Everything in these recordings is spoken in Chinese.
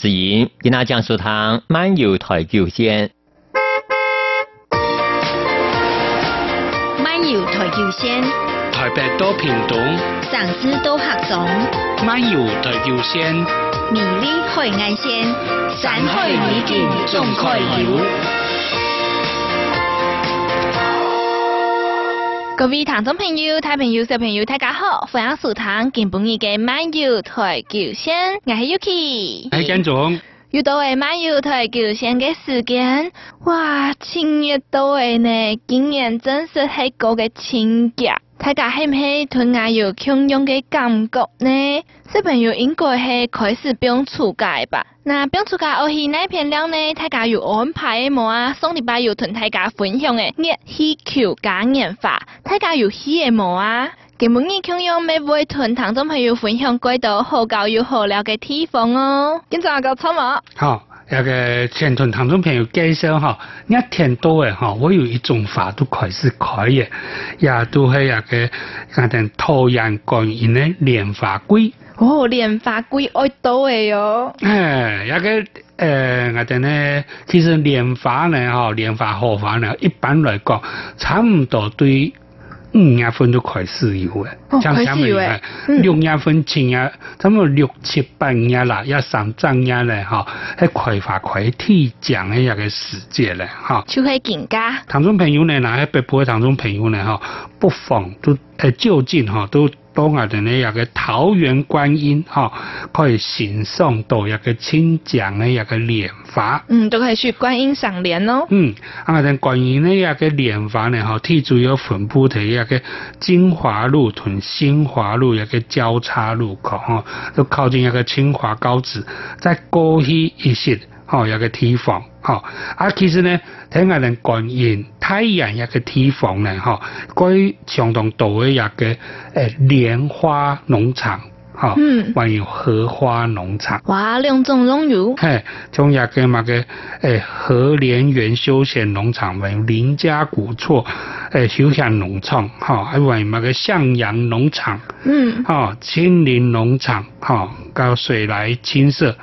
子莹，今仔讲述堂漫游台九线。漫游台球先，台北到屏东，上司都客懂，漫游台球线，迷你开眼先，散开美景总开游。各位听众朋友、大朋友、小朋友，大家好，欢迎收听今本日嘅漫游台球线，我是 Yuki。哎，建总，又到诶漫游台球线嘅时间，哇，七月到诶呢，今年真是系个嘅情假。大家系唔系同我有共样嘅感觉呢？小朋友应该系开始变暑假吧。那变暑假学习那篇了呢？大家有安排的么啊？上礼拜有同大家分享嘅热气球加研法，大家有喜的么啊？今本日强用每位同听众朋友分享几道好教又好聊嘅地方哦。今朝个草么？好，那个前同听众朋友介绍哈，一天多诶哈，我有一种花都开始开嘅，也都系那个那点桃园观音的莲花桂。哦，莲花龟爱到哦诶哟。哎，那个呃，我哋呢，其实莲花呢，哈，莲花荷花呢，一般来讲，差唔多对五月份就开始有嘅，哦像開始像咪有係嘅嗯六月份、七月，啊差唔多六七八月啦，一三三月咧，哈，喺開花開天降嘅一個時節咧，哈。就系更加听众朋友呢，嗱喺北部嘅听众朋友呢，哈，不妨都誒就近哈，都到我哋呢一個桃園觀音哈，可以欣賞到一個清淨嘅一個蓮花。嗯，都可以去观音赏莲哦。嗯，啊，我哋關於呢一個蓮花呢，哈，天主要分布喺一個金華路同新華路一個交叉路口，哈，都靠近一個清華高職，再過去一些，哈，有個地方，哈，啊，其實呢，睇我哋觀音太陽一個地方呢，哈，佢相當多嘅一個誒蓮花農場，哈，嗯還有荷花農場。哇，两种拢有。嘿，中亚嘅嘛嘅，诶，和联园休闲农场，还有林家古厝，诶，休闲农场，哈、还有嘛嘅向阳农场，嗯，哈、青林农场，哈、到水来青色，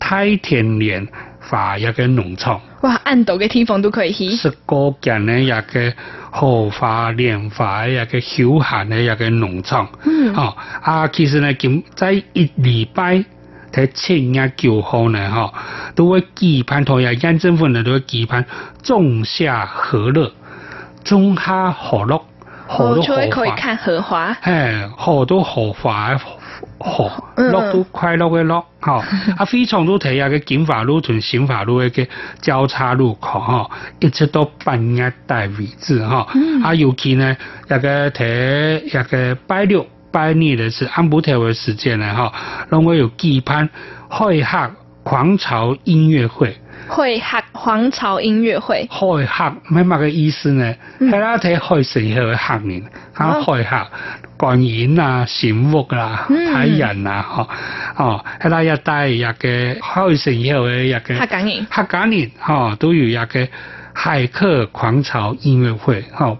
太田莲法一嘅农场，哇，暗岛嘅地方都可以去。是高间呢一嘅荷花莲花一嘅休闲嘅一嘅农场。嗯，哦，啊，其實呢，咁在一禮拜喺七月九號呢，哈、都會期盼同樣縣政府呢都會期盼仲夏和樂，仲夏和樂，和我樂就会和哦可以花，看荷花。嘿，好多荷花嘅荷，嗯樂都快樂嘅樂，哈、 啊，非常都睇下嘅景華路同新華路嘅交叉路口，哈、一直到八月底為止，哈、嗯啊，尤其呢，那个在那个拜六、拜日的是安普特的时间呢，哈，让我有期盼海客狂潮音乐会。会合皇朝音乐会。海客咩乜嘅意思呢？嗯喺啦睇海城去客年，啊海客干演啊、閃屋啊、嗯睇人啊，哦哦，喺啦一帶日嘅海城以後嘅日嘅客家人客家年，哦都有日嘅骇客狂潮音樂會，哦。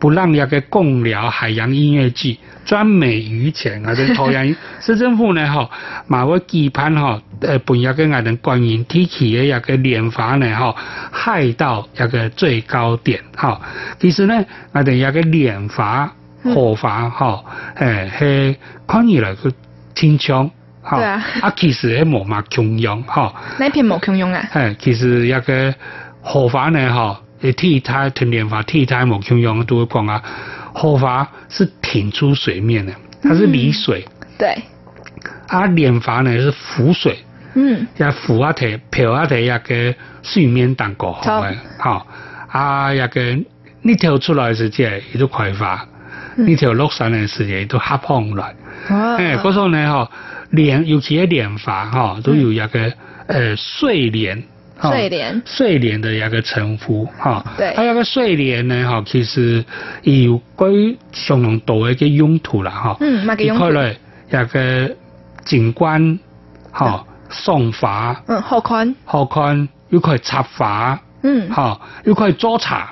不让一个共聊海洋音樂季專美於前啊！啲桃園市政府呢，吼，嘛會期盼吼，誒呃本日嘅我哋觀音天氣嘅一個蓮花呢，吼，嗨到一個最高點，吼。其實呢，我哋一個蓮花、嗯荷花，吼，誒係呃看起來佢天窗，吼對啊啊其實係冇乜共用，吼。那片冇共用啊。誒，其實一個荷花呢，吼，誒替胎同蓮花替胎冇共用，都會講啊，荷花是挺出水面的，它是離水，对，啊蓮花呢是浮水。嗯，也扶啊提漂啊提一個水面當過好嘅，吼、啊一個呢條出來時節亦都開花，嗯呢條落山嘅時節亦都黑胖來。哇誒嗰種咧吼，蓮尤其係蓮花吼，都有一個誒、呃睡蓮。吼睡蓮睡蓮的一個稱呼哈，對還有個睡蓮呢哈，其實也有佢相當多嘅一個用途啦哈，嗯，乜嘅用你看途？嘞，有個景觀，吼、送花，嗯，好看。好看，又可以插花，嗯，吼、又可以做茶，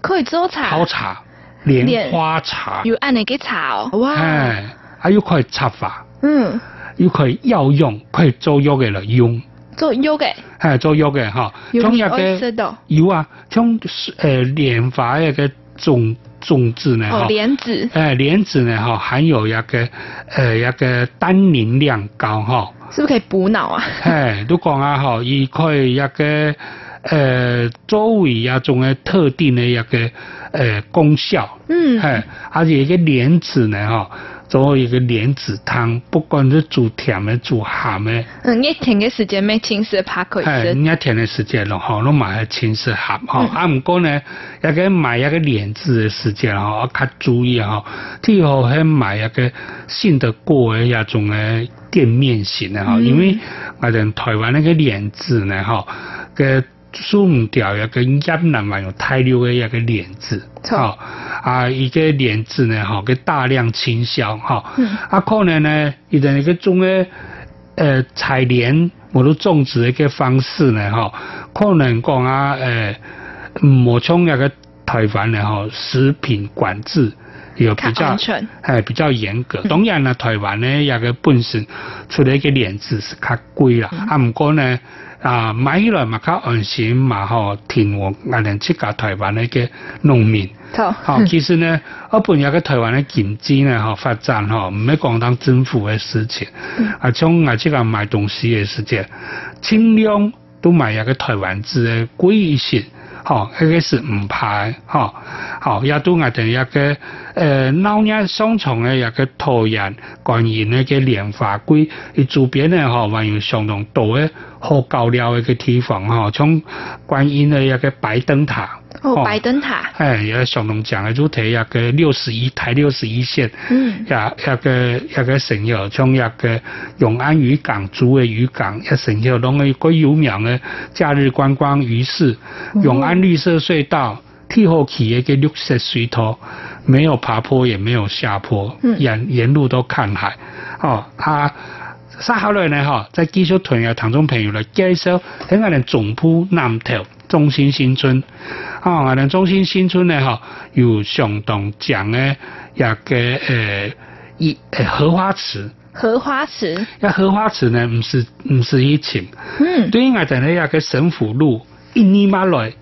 可以做茶泡，茶，蓮蓮花茶，有安尼嘅茶哦。哎哇，哎，啊又可以插花，嗯，又可以药用，可以做藥嘅來用，做 yoga，系做药嘅吼，有中药爱嘅吃的有啊，种诶莲花嘅个种种子呢哦吼，，莲子诶莲子呢吼含有一个诶一个单宁量高 吼，是不是可以补脑啊？嘿，都讲啊吼，伊可以一个呃诶作为一啊种嘅特定嘅一个诶功效。嗯，哎，而且一个莲子呢，哈，做一个莲子汤，不管是煮甜的、煮咸的，嗯，一天嘅时间咩轻食拍可以哎，吃，人家甜的时间咯，吼，拢买青色咸，吼，嗯啊，唔过呢，一个买一个莲子的时间，吼，较注意吼，最好去买一个信得过的一种的店面型的吼，嗯因为我哋啊台湾那个莲子呢，吼，个输唔掉一个越南还有泰流的一个莲子，错吼啊，一个莲子呢，吼，个大量倾销，吼。嗯啊，可能呢，伊的那个种诶，呃，采莲我都种植的一个方式呢，吼，可能讲啊，呃，无像那个台湾的吼，食品管制有比较较安。全。哎，比较严 格。当然啦，台湾呢，也个本身出了一个莲子是较贵啦，嗯啊，唔过呢，啊，买起来嘛较安心嘛吼，挺我啊俺哋自家台湾的一个农民。好，好，其實呢，一半有嘅台灣嘅建資呢，嗬發展嗬，唔係講當政府嘅事情，啊，像啊，即個買東西嘅事情，盡量都買一個台灣字嘅貴一些，嗬，呢個是唔怕嘅，嗬，好，也都我哋一個誒老人商場嘅一個桃園官員嘅嘅蓮花貴，佢周邊呢，嗬，還有相當多嘅好高料嘅一個地方，嗬，像觀音嘅一個白燈塔。哦，哦白灯塔，哎，也上龙讲的主题一个六十一台六十一线，嗯，也一个一个城有像一个永安渔港、竹围渔港，一城有拢个个有名的假日观光鱼市，永安绿色隧道。替后起一个绿色水头，没有爬坡也没有下坡，嗯沿沿路都看海。哦，啊，沙口来呢，哈，再继续同有唐中朋友来介绍，喺我哋总铺南头中心新村。啊，我哋中心新村呢，哈，有相当强嘅一個诶一诶荷花池。荷花池，一荷花池呢，唔是唔是疫情，嗯，对于我哋呢，一個省府路一尼马来，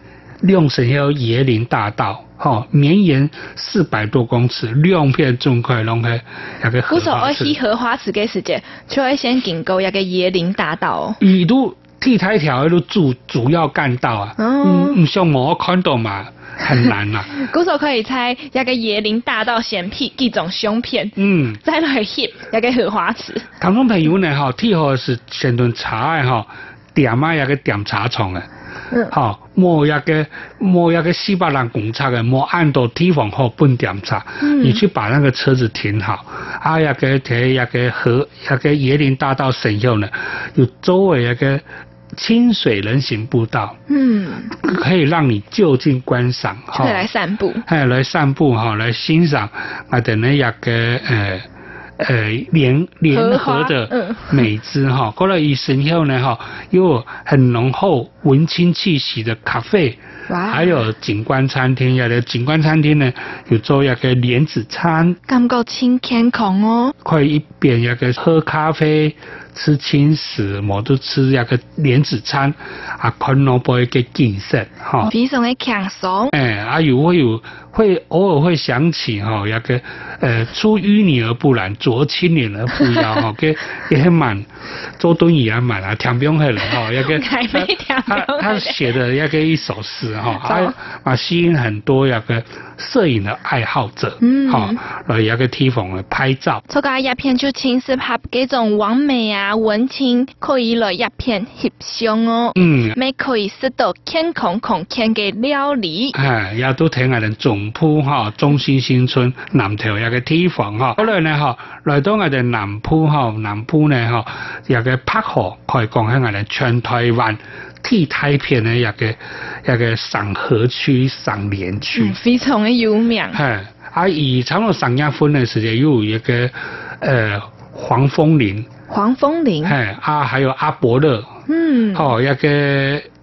用成有椰林大道。吼，绵延四百多公尺，两片中块拢系一个荷古时候花我池。去荷花池嘅时间，就会先经过一个椰林大道哦，伊都替他一条都主主要干道啊，哦嗯，唔像我看到嘛，很难 啊啦、古时候可以猜一个椰林大道显僻一种胸片，嗯，再来 hip 一个荷花池，唐中朋友呢，吼，替好是先顿茶的吼，店啊一个点茶厂的，嗯，吼，冇一个冇一个四百人公车的，冇按到地方好本点茶，嗯你去把那个车子停好，啊，一个提一个河，一个椰林大道省右呢，有周围一个清水人行步道，嗯，可以让你就近观赏，就哈可以来散步，哎，来散步哈，来欣赏啊，等那一个呃呃联联合嗯的美姿哈。过了一生以后呢哈，又有很浓厚文青气息的咖啡，哇还有景观餐厅，有的景观餐厅呢有做一个莲子餐，感觉清天空哦，可以一边一个喝咖啡、吃轻食，我都吃一个莲子餐啊，看萝卜一个景色哈。非常的轻松，哎，啊有会有会偶尔会想起哈、一个呃，出淤泥而不染，濯清涟而不妖 哈，给也蛮周敦颐也蛮啊，田中黑人 哈，一个还没听他到他写的一个一首诗哈，走啊啊吸引很多一个摄影的爱好者，嗯好、来一个地方来拍照。出个一片就青是拍几种完美啊文青，可以来一片翕相哦。嗯，咩可以食到健康康健嘅料理？哎，也都睇我哋總鋪哈，中心新村南頭有個地方哈，嗰類呢哈，來到我哋南鋪哈，南鋪呢哈，有個北河可以講係我哋全台灣替台片呢有個有個省河區、省聯區嗯，，非常的有名。哎，啊，以差不多省一分嘅時間又有一個呃黃蜂林，黄蜂林，哎，啊，還有阿伯樂，嗯，哦，有個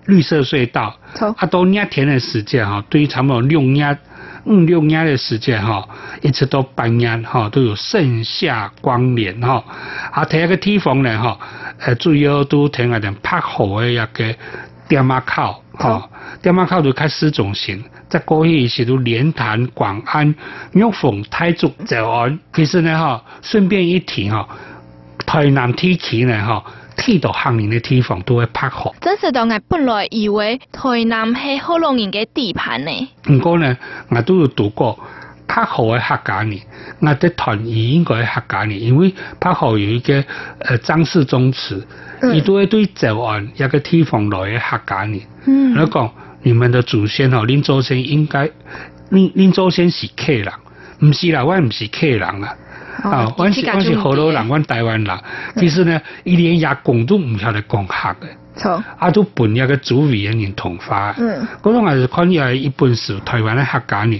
綠色隧道。错，啊，到一天的时间哈，对于差不多六日五六年的时间哈，一直到八年哈都有盛夏光年哈。啊，睇一个地方呢哈，呃，主要都睇我哋拍好嘅一个店啊口哈，店啊口就开始中心。在过去是都莲潭、广安、玉凤、泰州、泽安。啊其实呢哈，顺便一提哈，台南地区呢哈，剃到行人的地方都会拍好。真是当我本来以为台南系好多人嘅地盘呢，唔過呢，我都有讀過柏豪嘅客家年，我的團語應該係客家年，因為柏豪有一個呃張氏宗祠，嗯伊都會對走岸一個地方來嘅客家年。嗯我講你們的祖先哦，恁祖先應該，恁恁祖先是客人，唔是啦，我唔是客人啦。哦啊，我是我是河洛人，，我台灣人。其實呢，伊連也講都唔曉得講客嘅，错，啊都本一個祖味嘅人同化的。嗯嗰種係看又係一本是台灣嘅客家人，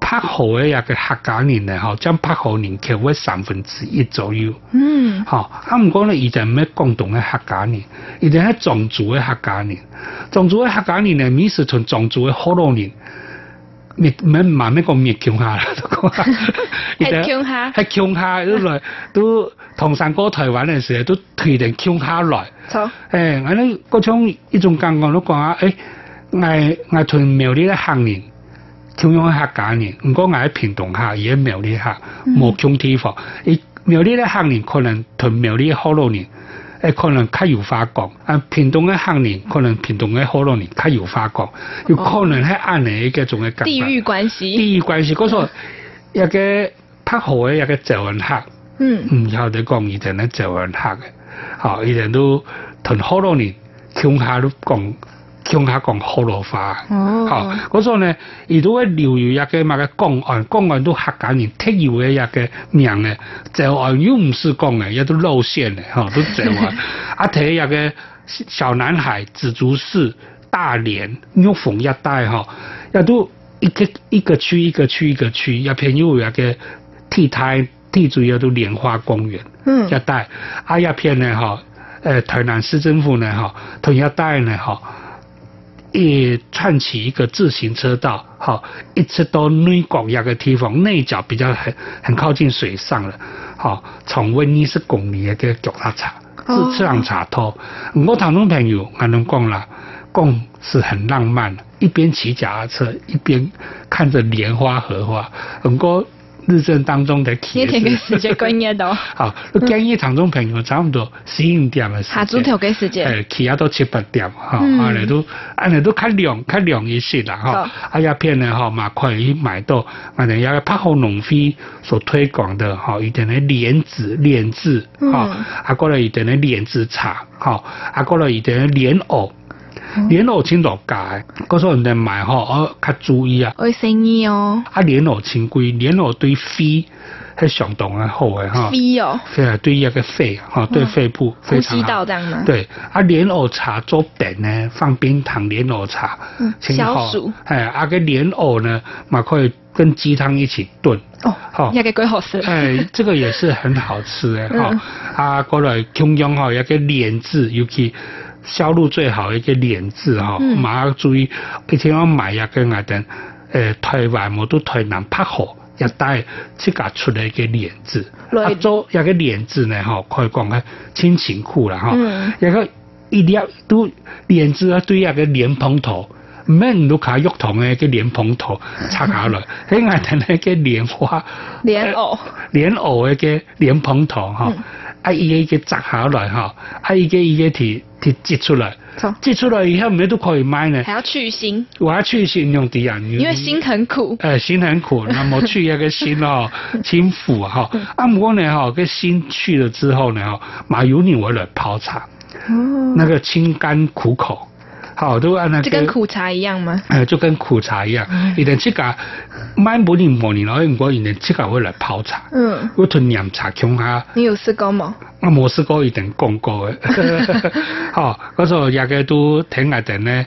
拍好嘅一個客家人咧，吼，將拍好人口嘅三分之一左右，嗯，吼，啊唔講咧，伊就咩共同嘅客家人，伊就係藏族嘅客家人，藏族嘅客家人咧，咪是從藏族嘅好多人。滅咩唔係咩個滅強下啦，都講下係鄉下係強下，都來都唐山過台灣嘅時候都推定強下來。错，诶，我咧嗰種一種感覺都講啊，誒，我我屯苗栗咧客人，中央客家人，唔過我喺屏東客，而喺苗栗客，嗯無種地方。伊苗栗咧客人可能屯苗栗好多年，誒可能較有發光。啊，屏東嘅客人可能屏東嘅好多年較有發光，有可能係按你嘅種嘅哦感覺。地域关系，地域關係嗰個一個拍好嘅一個就人客。嗯唔曉得講以前咧就人客嘅，嚇以前都同好多年鄉下都講鄉下講好多話，哦嚇嗰陣咧，亦都會留意一個嘛嘅公案，公案都客家人特有嘅一個名嘅，就案又唔是講嘅，亦都露馅嘅，嚇都就 案。啊，睇一個小男孩紫竹市大連玉鳳一帶嚇，亦都一個一個區一個區一個區，一片又有一個地台。地主要都蓮花公園，嗯一帶啊一片呢哈，呃台南市政府呢哈，同一帶呢哈，也串起一個自行車道，好一直到內港一個地方，內角比較很很靠近水上了，好從威尼斯公里一個腳踏車，哦自赤浪茶頭，我台中朋友我能講啦，講是很浪漫的，一邊騎腳踏車一邊看着蓮花荷花，不過日正當中的一騎天嘅时间观念到，好，建议堂中朋友差唔多十一点嘅時下主間头嘅时间，誒，企下哎都七八點哈，嗯啊嚟都啊嚟都較涼較涼一些啦哈，啊一片呢哈嘛可以買到，啊哋有拍好農會所推廣的哈一點嘅蓮子蓮子嗯哈，啊過來一點嘅蓮子茶哈，啊過來一點嘅蓮藕，嗯蓮藕千落價嘅，嗰時候人哋買哈，哦較注意啊，我生意哦，啊蓮藕千貴，蓮藕對肺係相當嘅啊好嘅哈，飞哦，肺啊對一個肺哈對肺部非嗯呼常吸好。道这样吗？对，啊，莲藕茶做饼呢，放冰糖莲藕茶，嗯挺好消暑。哎，啊个莲藕呢，嘛可以跟鸡汤一起炖，哦好一个鬼好事，哎，这个也是很好吃的哈、嗯啊，过来中央哈，一个莲子，尤其销路最好的一个莲子哈，嗯嘛、要注意，一定要买啊一个我等，呃，台湾我都台南拍好。一带自家出来一个莲子，来啊，做一个莲子呢，哈，可以讲系清辛苦啦，哈、嗯一个一粒都莲子啊，对一个莲蓬头，唔免都卡肉糖嘅一个莲蓬头插下 来，喺我等一个莲花莲藕，莲藕嘅嘅莲蓬糖哈嗯，啊伊嘅嘅摘下來哈，啊伊嘅伊嘅提提折出來，错，折出來以後唔都可以賣呢。还要去腥，我要去形容啲人，因为心很苦，誒呃心很苦，那麼去一個 心哦，心腹哈。嗯啊不過呢哈，個心去了之後呢哈，馬油你我來泡茶，哦那個清甘苦口，好都按那这嗯跟苦嗯茶一样吗？呃，就跟苦茶一樣，一定即個買本年磨年來，唔過一定即個會來泡茶。嗯，我同飲茶傾下。你有试过吗？我冇試過一定講 過嘅，哦，嗰時候日嘅都挺一定咧，誒、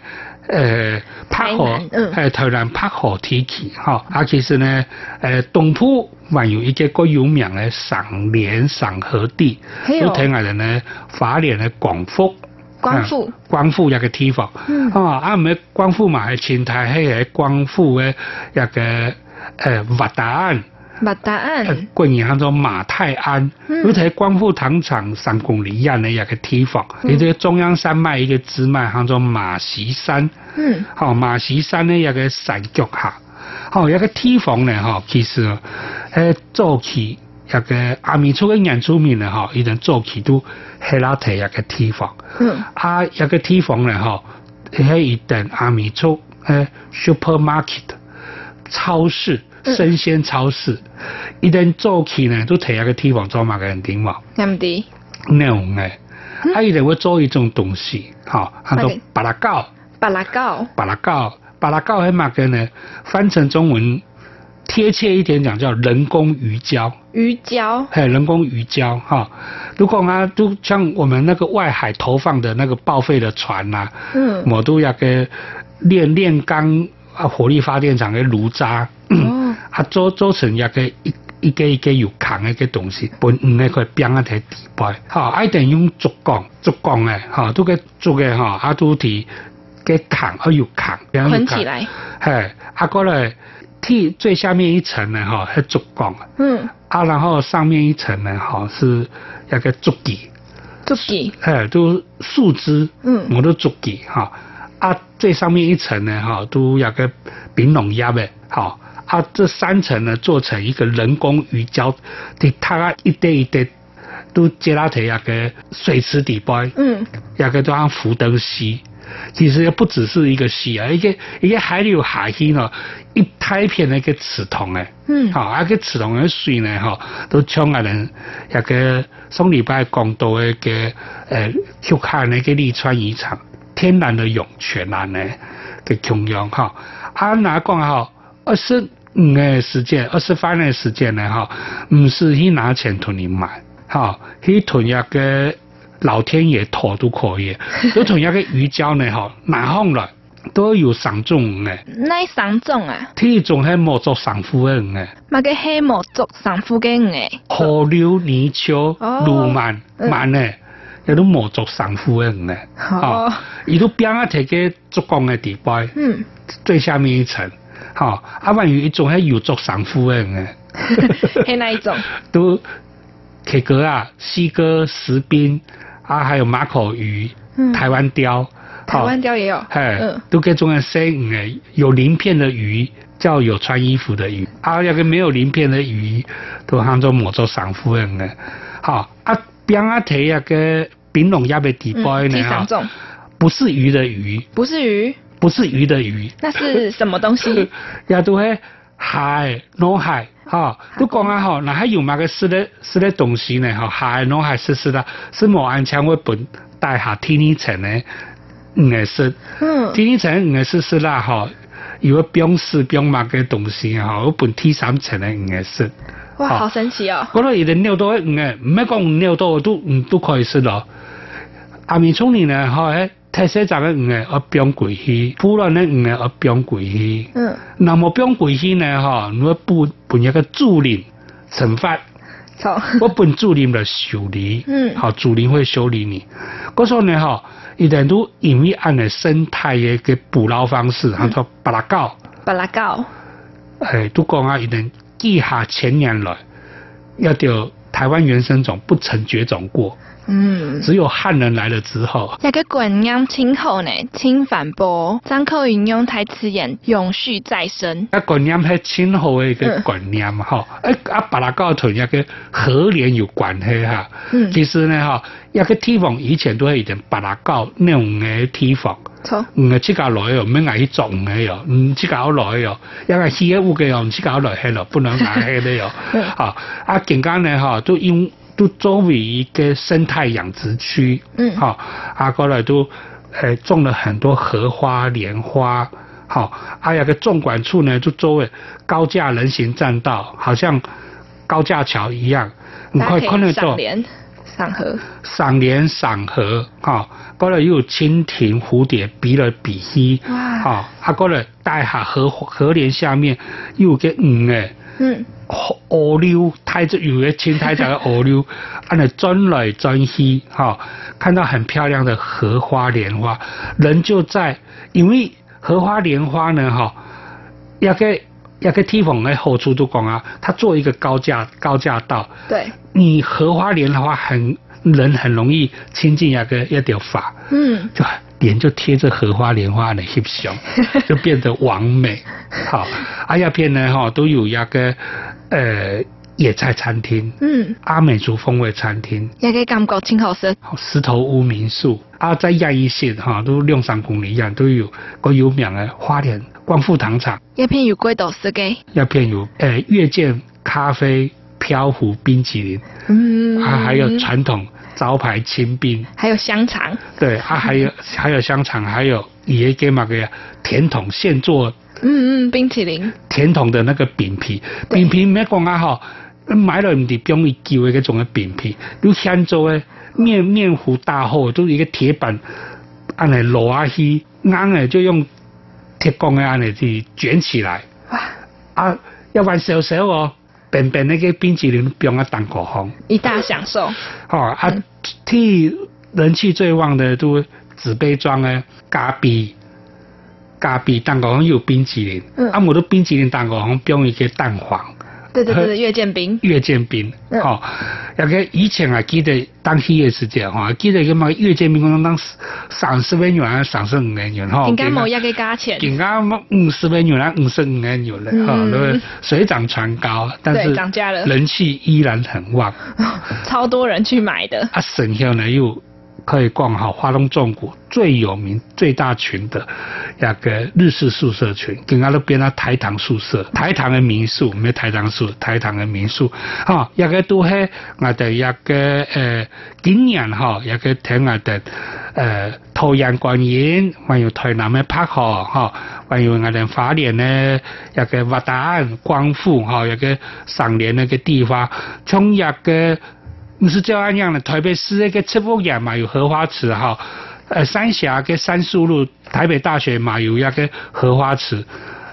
呃拍河台南嗯係台南拍河天氣，哈、啊其實呢，呃誒、東埔還有一個個有名嘅上蓮上河地，嘿哦都挺一定咧，花蓮嘅廣福，光复啊光复一个地方。嗯哦，啊，唔系光复嘛，系前提系系光复嘅一个诶物答案，马达呃案，国语喊做马太安。哎嗯如睇光复糖厂三公里以内一个地方，嗯你这中央山脉一个支脉喊做马蹄山。嗯好、马蹄山呢有个山脚下，哦好、有一个地方呢，吼、其实哦，诶，早期啊有个阿弥陀嘅人出名呢，吼、伊人早期都希拉提一个地方，嗯啊，有个地方呢，吼、喺一等阿弥陀诶 supermarket 超市嗯生鲜超市，伊人早期呢都提一个地方做嘛个人顶嘛，啱啲，牛诶，啊，伊人会做一种东西，吼、喊做乜嘢巴拉糕。巴拉狗，巴拉告，巴拉告黑马根呢，翻成中文贴切一点讲叫人工鱼胶，鱼胶，还有人工鱼胶哈、如果啊，就像我们那个外海投放的那个报废的船啊呐、嗯，我都要给炼炼钢啊，火力发电厂的炉渣，哦，啊做做成一个一一个一个有空的一个东西，本五个块边啊睇地板，吼、啊一定用竹杠竹杠诶，吼、都个竹嘅吼，啊都提嘅空啊有空，边有捆空起，来，嘿，啊过来剃最下面一层呢吼，系竹杠，嗯，啊然后上面一层呢吼是一个竹箕，竹记，嘿，哎都树枝，嗯我都竹箕哈，啊最上面一层呢哈，都有个丙龙鸭呗，好，啊这三层呢做成一个人工鱼胶，的它啊一堆一堆都接拉成一个水池底杯，嗯，一个叫浮灯溪。其实不只是一个溪啊，一个一个海里有海溪呢，一大片的一个池塘哎，嗯，好、啊个池塘嘅水呢，吼、都像我人一个上礼拜讲到嘅嘅诶，呃去看那个利川渔场天然的涌泉啊呢嘅中央哈，吼啊哪讲吼，二十五嘅时间，二十八嘅时间呢，吼，唔是去拿钱同你买，吼、去同一个老天爷托都可以，就同一个鱼胶呢，吼，拿上来都有上种嘅，那三种啊，第一种系莫做上夫嘅嘅。嘛个黑毛竹上附近诶，河流泥鳅哦、路漫嗯漫呢，有啲磨足神父嘅人呢，哦，伊都边啊提个竹竿嘅地板，嗯， 最下面一层，吼、啊，万一仲喺有足神父嘅人呢，黑那一种，都铁哥啊、西哥、石滨啊，还有马口鱼、嗯台湾鲷，台湾哦雕也有，嘿，嗯都跟中间生诶，有鳞片的鱼叫有穿衣服的鱼，啊，那个没有鳞片的鱼都喊做抹做散夫人诶。好啊，边啊提那个丙龙鸭的底包嗯，第呢三哈，种不是鱼的鱼，不是鱼，不是鱼的鱼，那是什么东西？也都系海脑海哈，都讲啊吼，那还有嘛个是的是的东西呢哈，海脑海是是的，是某安枪会本带下天一层呢，嗯也是。嗯，第一层五个是是啦吼，有个标示标码嘅东西吼，我本 T 三层嘅五个是，哇，好好神奇哦，嗰度有人尿到五个，唔系讲唔尿到都唔都可以食咯。阿面聪明呢，吼喺特色站嘅五个我标贵去，普罗呢五个我标贵去，嗯，那么标贵去呢吼，我本本一个助理惩罚。从 我本主任来修理，嗯好，主任会修理你。嗰时候呢，哈，一旦都因为按的生态嘅嘅捕捞方式，嗯他说巴拉告， 巴拉狗，诶，都讲啊，一旦记下前年来，要丢台湾原生种不曾绝种过，嗯。只有汉人来了之后，一个滚样清后呢，清反驳，张口引用台词眼，永续再生。啊，观念系前后嘅一个嗯观念哈，诶、啊，巴拉告同一个河联有关系哈。嗯，其实呢，哈，一个地方以前都系一点巴拉告那种嘅地方。错，唔係即教落去又，唔係嗌作唔起又，唔知搞落去又，因為起一屋嘅又唔知搞落去咯，不能嗌起呢 又，啊啊，陣間咧嚇都用都周圍嘅生態養殖區，嗯好啊，過來都誒種了很多荷花、蓮花，好、啊，有個縱管處呢，就周圍高架人行栈道，好像高架桥一樣，你大快家看可以得赏到。莲、赏荷。赏莲、赏荷，哈、嗰度又有蜻蜓、蝴蝶比来比去，哇啊哈、啊，嗰度带下荷荷莲下面又有个鱼诶，嗯，河溜，太子有个青苔在河溜，啊，你钻来钻去，哈、看到很漂亮的荷花莲花，人就在，因为荷花莲花呢，哈、要给要给地方的后处都讲啊，它做一个高架高架道，对，你荷花莲花很人很容易亲近那个一条法，嗯，就脸就贴着荷花莲花的翕相，就变得完美。好，啊，鸦片呢，哈、都有那个呃野菜餐厅、嗯，阿美族风味餐厅、也个感觉真好食。好石头屋民宿啊，在亚一县哈、都六三公里一样都有个有名的花莲光复糖厂，一片有几道食嘅，鸦片有呃月见咖啡、飘湖冰淇淋，嗯，啊，还有传统招牌清冰。还有香肠，对，啊，还有还有香肠，还有爷给嘛个甜筒现做嗯嗯，冰淇淋，甜筒的那个饼皮，对饼皮咩讲啊吼，买了唔是中意叫的嗰种嘅饼皮，你香州诶面面糊大厚，都一个铁板，安尼摞啊去，硬诶就用铁棍诶安尼去卷起来，哇，啊，要玩小小哦，扁扁那个冰淇淋变啊蛋果红。一大享受，哦啊嗯，替人气最旺的都纸杯装的咖啡，咖啡蛋糕红有冰淇淋，嗯啊，我的冰淇淋蛋糕红用一个蛋黄对对对 对，月见冰，月见冰，嗯哦，那个以前啊记得当时的时间哈，记得个嘛月见冰可能当三十元元，三十五元元哦哈，应该冇一个价钱，人家五十元元啦，五十五元元了哈，嗯对不对？水涨船高，但对，是涨价了，人气依然很旺。超多人去买的，啊，省下呢又可以逛好花东纵谷最有名、最大群的那个日式宿舍群，跟阿那边啊台糖宿舍、台糖的民宿，没有台糖宿，台糖的民宿啊，一个都系我哋一个呃景人哈，一个睇我哋呃桃源公园，还有台南的北河哈，还有我哋花莲呢一个瓦达光复哈，一个上联那个地方，从一个。不是这样样的，台北市那个赤峰岩嘛有荷花池哈，呃，三峡跟三树路，台北大学嘛有那个荷花池，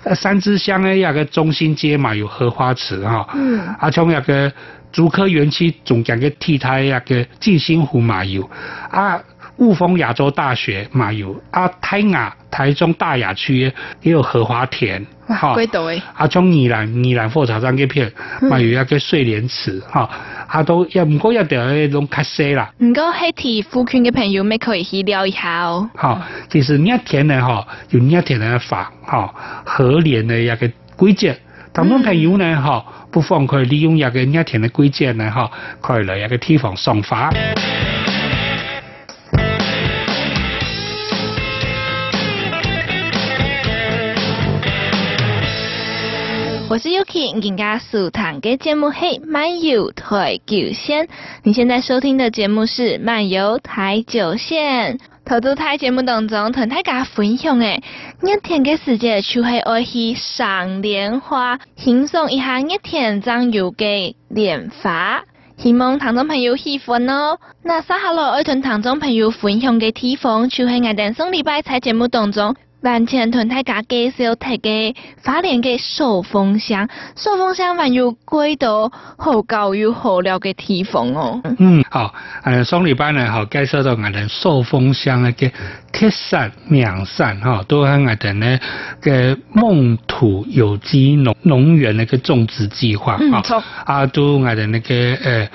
呃，三支乡的那个中心街嘛有荷花池哈，嗯啊，从那个竹科园区总讲个替他那个静心湖嘛有，啊，雾峰亚洲大学嘛有，啊，台雅台中大雅区也有荷花田，哈哇，几道诶，啊，从宜兰宜兰火车站嗰片，嘛有一个睡啊莲池哈，啊都也唔过一条迄种较细啦，唔过喺地附近嘅朋友咪可以去聊一下哦，哈、其实热田呢哈，有热田的法哈，河莲的一个规则，当中朋友呢哈，不妨可以利用一个热田的规则呢哈，可以来一个地方赏花。我是 Yuki，人家素堂嘅节目嘿，漫游台九线。你现在收听的节目是《漫游台九线》。头都台节目当中，同大家分享诶，热天嘅时节就系爱去赏莲花，欣赏一下热天长有嘅莲花。希望听众朋友喜欢哦。那接下来我同听众朋友分享嘅地方，就系我哋上礼拜在节目当中完全同大家介绍提嘅花莲嘅寿丰乡。寿丰乡还有几多好高又好料嘅地方 哦。嗯，好，呃，上礼拜呢，好介绍到我哋寿丰乡嘅嘅铁山、两山哈、都係我哋呢嘅梦土有机农农园嘅种植计划嗯啊，错啊，都我哋那个呃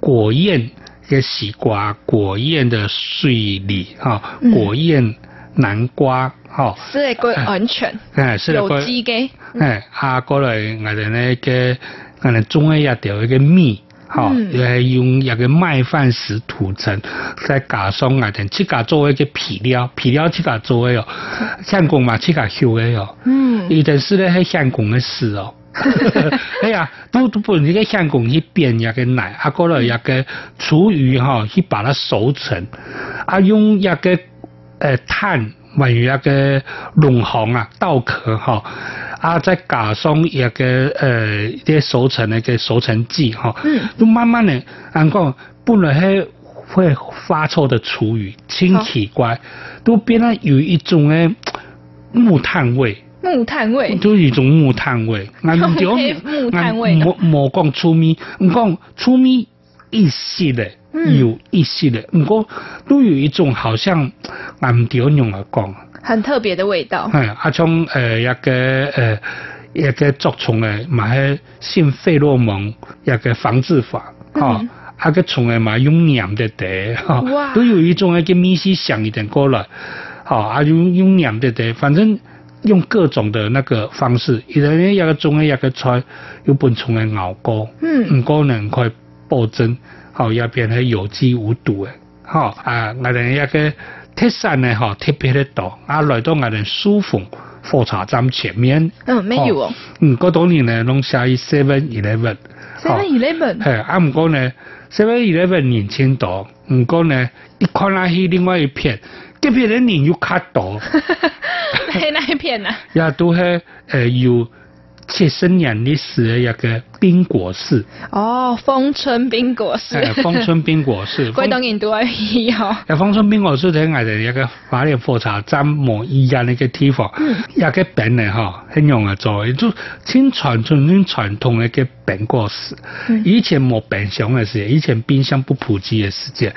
果燕嘅西瓜，果燕的水梨哈、嗯果燕南瓜哈。是嘅，佢安全，嗯哎，是的，有嗰机嘅，哎，啊，过来，我哋呢个，我哋中央也掉一个米，吼、嗯又系用一个麦饭石土层，再加上我哋自家做一个皮料，皮料自家做的哦，相公嘛自家绣的哦，嗯，有阵时咧系相公的事 哦。哎呀，都都不你个相公去变一个奶，啊，过来一个厨余哈、去把它熟成，啊，用一个呃碳，还有一个龙行啊稻壳哈、啊，再加上一个呃一啲熟成的一个熟成剂哈、嗯就慢慢的，按讲本来系会发臭的厨余，清奇怪，都变得有一种诶木炭味。木炭味，都是一种木 炭味。俺用中黑木炭味莫莫讲出名，唔讲出名意识的，嗯有意识的。不过都有一种好像俺中用来讲，很特别的味道。 哎，啊像呃一个呃一个作虫的嘛，迄性费洛蒙一个防治法，哈、嗯啊个虫的嘛用黏的得，哈、哇都有一种那个米西想一点过来，好、啊用用黏的得，反正用各种的那个方式，一人一个种的一个菜，有本虫的熬过。嗯，唔过能可以保证吼也变系有机无毒诶，吼、啊！我哋一个特产呢，吼特别的多，啊来到我哋苏凤火车站前面，嗯，没有哦。嗯，嗰当年呢，拢写伊 Seven Eleven， Seven Eleven，系啊，唔过呢，Seven Eleven 年轻多，唔过呢，一看下去另外一片，这片的人又较多，黑那一片呐、啊 也都系诶有七十年历史的一个冰果室，哦，丰春冰果室 诶、，芳村冰果室，贵东印度的一哦，有方村邊個書睇藝人一個馬列火茶站望依人嘅地方，一個餅嚟嗬，很用嚟做，亦都清傳傳統傳統嘅嘅餅果時，嗯以前冇冰箱嘅時，以前冰箱不普及嘅時節，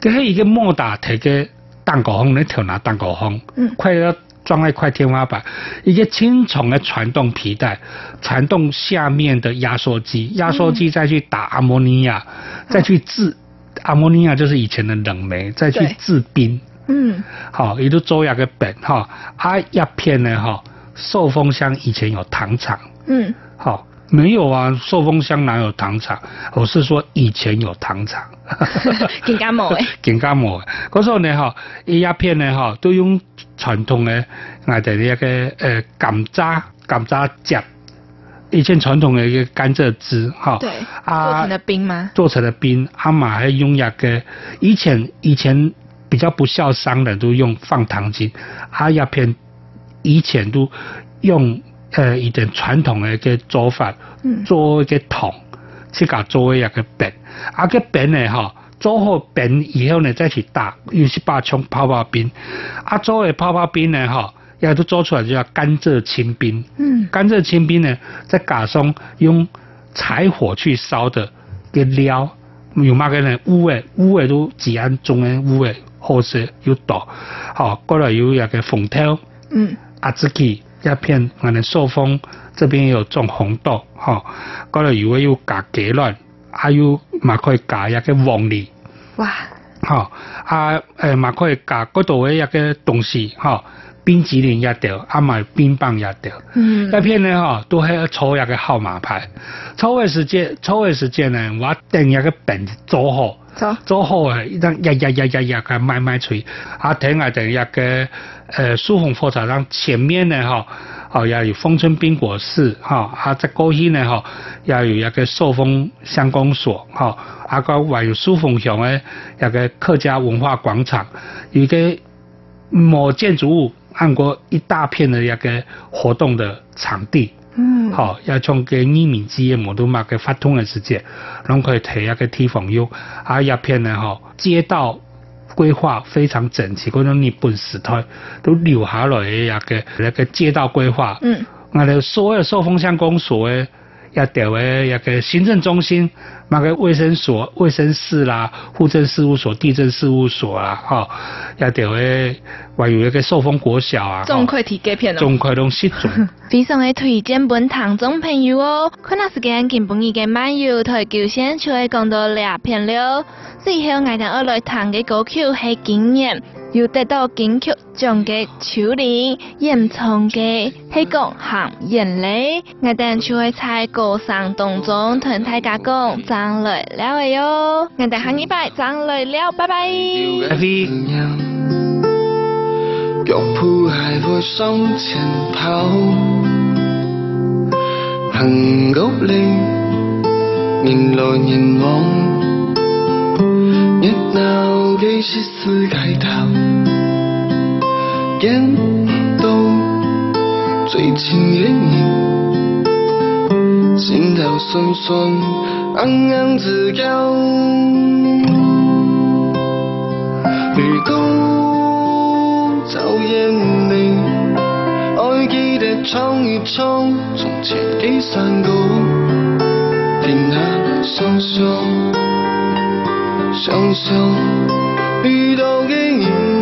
佢係一個莫打提嘅蛋糕烘，你頭拿蛋糕烘嗯，快要裝喺塊天花板，一個清重嘅傳動皮帶，傳動下面的壓縮機，壓縮機再去打阿摩尼亞，嗯再去制。阿摩尼亚就是以前的冷媒，再去对制冰，嗯，好，也就做一个本哈，啊一片呢哈，寿丰乡以前有糖厂，嗯，好，没有啊，寿丰乡哪有糖厂？我是说以前有糖厂， 更加冇诶，更加冇。嗰时候呢哈，一片呢哈，都用传统的我哋一个呃甘蔗甘蔗汁，以前传统的一个甘蔗汁哈，对，啊做成的冰吗？做成的冰，阿玛还用一个以前以前比较不孝商人都用放糖精，阿亚片以前都用呃一点传统的一个做法，嗯做一个桶，去甲做一个饼，啊个饼呢吼。做好饼以后呢，再去打，又是把冲泡泡冰，啊，做的泡泡冰呢，吼，也都做出来就叫甘蔗清冰，嗯，甘蔗清冰呢，在加上用柴火去烧的个料，有嘛个呢？乌诶，乌诶都治安中诶乌诶，好食又多。好、过来有一个凤啊头，嗯，阿自己一片，我们寿丰这边也有种红豆，哈、过来如果有加鸡卵，还有嘛可以加一个黄梨。哇，吼、啊诶，嘛可以加嗰度嘅一個東西，吼、冰淇淋也掉，啊买冰棒也掉。嗯那片呢，吼，都係抽一個號碼牌，抽嘅時間，抽嘅時間呢，我定一個本做好，走，做好诶，一日日日日日嘅賣賣出去，啊，睇下定一個诶蘇紅火車站前面呢，吼、哦，也有豐春冰果室，哈、啊，在高興呢，吼、也有一個壽豐鄉公所，哈、啊，個還有蘇鳳雄嘅一個客家文化廣場，有一個某建築物，按過一大片的一個活動的場地，嗯，好、要從嘅二面之嘅摩都馬嘅發通嘅世界，讓佢睇一個地方用，啊一片呢，吼、街道規劃非常整齊，嗰種日本時代都留下來嘅一個一個街道規劃，嗯，我哋所有受封乡公所诶，一条诶一个行政中心，那个卫生所、卫生室啦、户政事务所、地震事务所啦，吼、一条诶，还有一个受封国小啊，中快体给片哦。仲快拢失踪。 非常的推荐本堂中朋友哦，看那时间根本已经漫游台球线就会讲到两片了。最后，我哋要来弹嘅歌曲系《经验》，又得到金曲奖嘅首领演唱嘅系讲含眼泪。我哋就会在歌声当中同大家讲，张来了的哟。我哋下礼拜张来了，拜拜。 F.E. 肉铺鞋會心情跑，行谷里人來人往，熱鬧嘅是世界頭，見到最前嘅人，心頭酸酸，硬硬自救。如果找应你，爱记得闯一闯，从前的山谷，平下想想，想想遇到的人。